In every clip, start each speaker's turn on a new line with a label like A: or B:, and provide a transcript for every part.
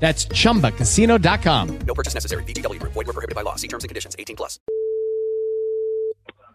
A: That's chumbacasino.com.
B: No purchase necessary. VGW Group. Void were prohibited by law. See terms and conditions. 18 plus.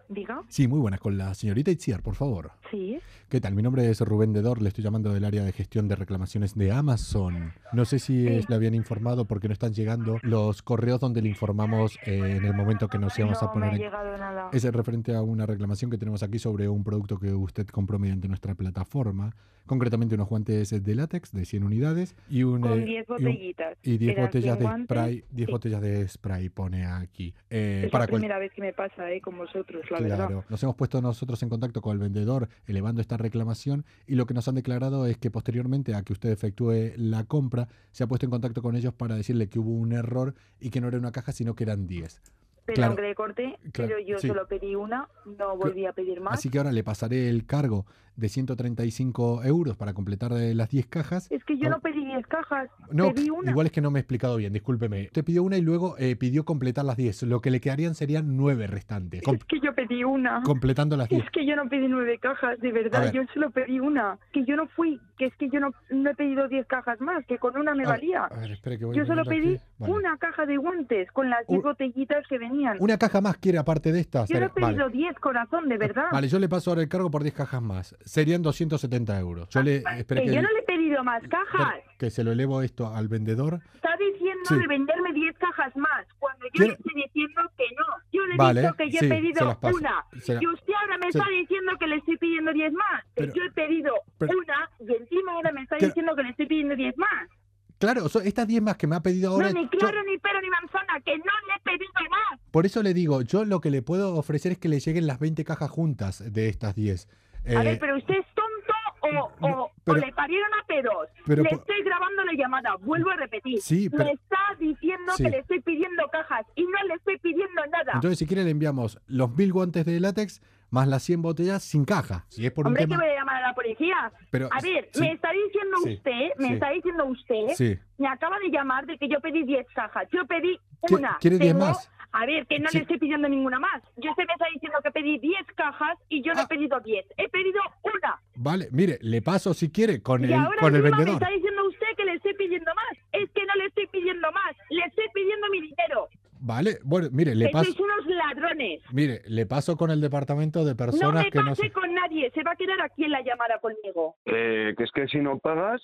C: Diga,
D: Sí, muy buena. Con la señorita Itziar, por favor.
C: sí.
D: ¿Qué tal? Mi nombre es Rubén Dedor, le estoy llamando del área de gestión de reclamaciones de Amazon. No sé si eh, le habían informado porque no están llegando los correos donde le informamos eh, en el momento que nos íbamos
C: No me
D: a
C: ha
D: poner en...
C: llegado nada.
D: Es referente a una reclamación que tenemos aquí sobre un producto que usted compró mediante nuestra plataforma, concretamente unos guantes de látex de 100 unidades y un...
C: Con
D: eh,
C: 10
D: y un-
C: botellitas.
D: Y 10
C: Eran
D: botellas
C: 100
D: de
C: guantes.
D: spray, 10
C: Sí.
D: botellas de spray pone aquí. Eh,
C: Es
D: para
C: la
D: cual-
C: primera vez que me pasa eh, con vosotros, la verdad.
D: Claro, nos hemos puesto nosotros en contacto con el vendedor elevando esta reclamación y lo que nos han declarado es que posteriormente a que usted efectúe la compra, se ha puesto en contacto con ellos para decirle que hubo un error y que no era una caja, sino que eran 10.
C: Pero
D: claro,
C: aunque le corté,
D: claro,
C: pero yo
D: sí.
C: solo pedí una, no volví a pedir más.
D: Así que ahora le pasaré el cargo de 135 euros para completar eh, las 10 cajas.
C: Es que yo
D: Ahora-
C: no pedí 10 cajas,
D: No,
C: pedí una.
D: igual es que no me he explicado bien, discúlpeme. Usted pidió una y luego eh, pidió completar las 10. Lo que le quedarían serían 9 restantes, com-
C: Es que yo pedí una.
D: completando las 10.
C: Es que yo no pedí nueve cajas, de verdad,
D: ver.
C: yo solo pedí una. Que yo no fui, que es que yo no, no he pedido 10 cajas más, que con una me
D: A-
C: valía.
D: a ver, espere que voy
C: Yo solo
D: mirando
C: pedí
D: aquí. Vale.
C: una caja de guantes con las
D: Un-
C: 10 botellitas que venían.
D: Una caja más quiere aparte de estas. eh,
C: Yo no he
D: Vale. Ah,
C: pedido 10, corazón, de verdad.
D: Vale, yo le paso ahora el cargo por 10 cajas más. Serían 270 euros. Yo le espere
C: que Ah,
D: que,
C: Eh, yo no le he pedido más cajas.
D: espere que se lo elevo esto al vendedor.
C: Está diciendo
D: Sí.
C: de venderme 10 cajas más, cuando yo
D: Yo
C: le
D: no-
C: estoy diciendo que no. Yo le he
D: Vale,
C: dicho que yo
D: sí,
C: he
D: se
C: pedido
D: las paso,
C: una.
D: se la-
C: Y usted ahora me
D: se-
C: está diciendo que le estoy pidiendo 10 más. Que
D: Pero-
C: yo he pedido
D: pero-
C: una y encima ahora me está
D: Pero-
C: diciendo que le estoy pidiendo 10 más.
D: Claro, so- estas 10 más que me ha pedido ahora.
C: no, ni
D: yo-
C: claro, ni pero, ni manzana, que no le he pedido más.
D: Por eso le digo, yo lo que le puedo ofrecer es que le lleguen las 20 cajas juntas de estas 10.
C: A
D: Eh,
C: ver, pero usted es tonto o, o- o
D: pero-
C: le parieron a pedos.
D: pero
C: le
D: po-
C: estoy grabando la llamada, vuelvo a repetir.
D: Sí, pero-
C: Me está diciendo
D: Sí.
C: que le estoy pidiendo cajas y no le estoy pidiendo nada.
D: Entonces, si quiere, le enviamos los 1000 guantes de látex más las 100 botellas sin caja. Si es por
C: Hombre,
D: un
C: que
D: tema.
C: voy a llamar a la policía.
D: Pero-
C: a ver,
D: sí.
C: me está diciendo
D: Sí,
C: usted, me
D: sí.
C: está diciendo usted,
D: Sí.
C: me acaba de llamar de que yo pedí 10 cajas. Yo pedí
D: ¿Qué-
C: una.
D: quiere 10
C: Tengo-
D: más?
C: A ver, que no
D: Sí.
C: le estoy pidiendo ninguna más. Yo usted me está diciendo que pedí 10 cajas y yo no
D: Ah.
C: he pedido 10. He pedido una.
D: Vale, mire, le paso si quiere con
C: Y
D: el,
C: ahora
D: con el
C: encima me
D: vendedor.
C: está diciendo usted que le estoy pidiendo más. Es que no le estoy pidiendo más. Le estoy pidiendo mi dinero.
D: Vale, bueno, mire, le
C: Que
D: paso.
C: sois unos ladrones.
D: Mire, le paso con el departamento de
C: No
D: personas
C: me
D: que no
C: pase
D: se-
C: con nadie. Se va a quedar aquí en la llamada conmigo.
E: Eh, que es que si no pagas,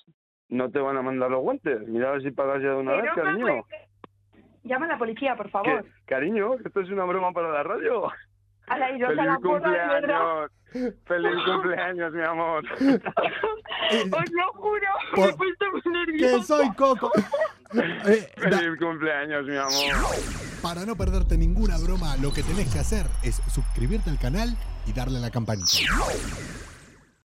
E: no te van a mandar los guantes. Mira a ver si pagas ya de una
C: Que
E: vez,
C: no me
E: cariño.
C: puede- Llama a la policía, por
E: Que-
C: favor.
E: cariño, que esto es una broma para la radio.
C: A la iros a
E: ¡Feliz
C: la boda, de verdad.
E: cumpleaños! ¡Feliz cumpleaños, mi amor!
C: Os lo juro,
D: Por-
C: me he puesto muy nerviosa.
D: ¡Que soy Coco! Eh, da-
E: ¡Feliz cumpleaños, mi amor!
D: para no perderte ninguna broma, lo que tenés que hacer es suscribirte al canal y darle a la campanita.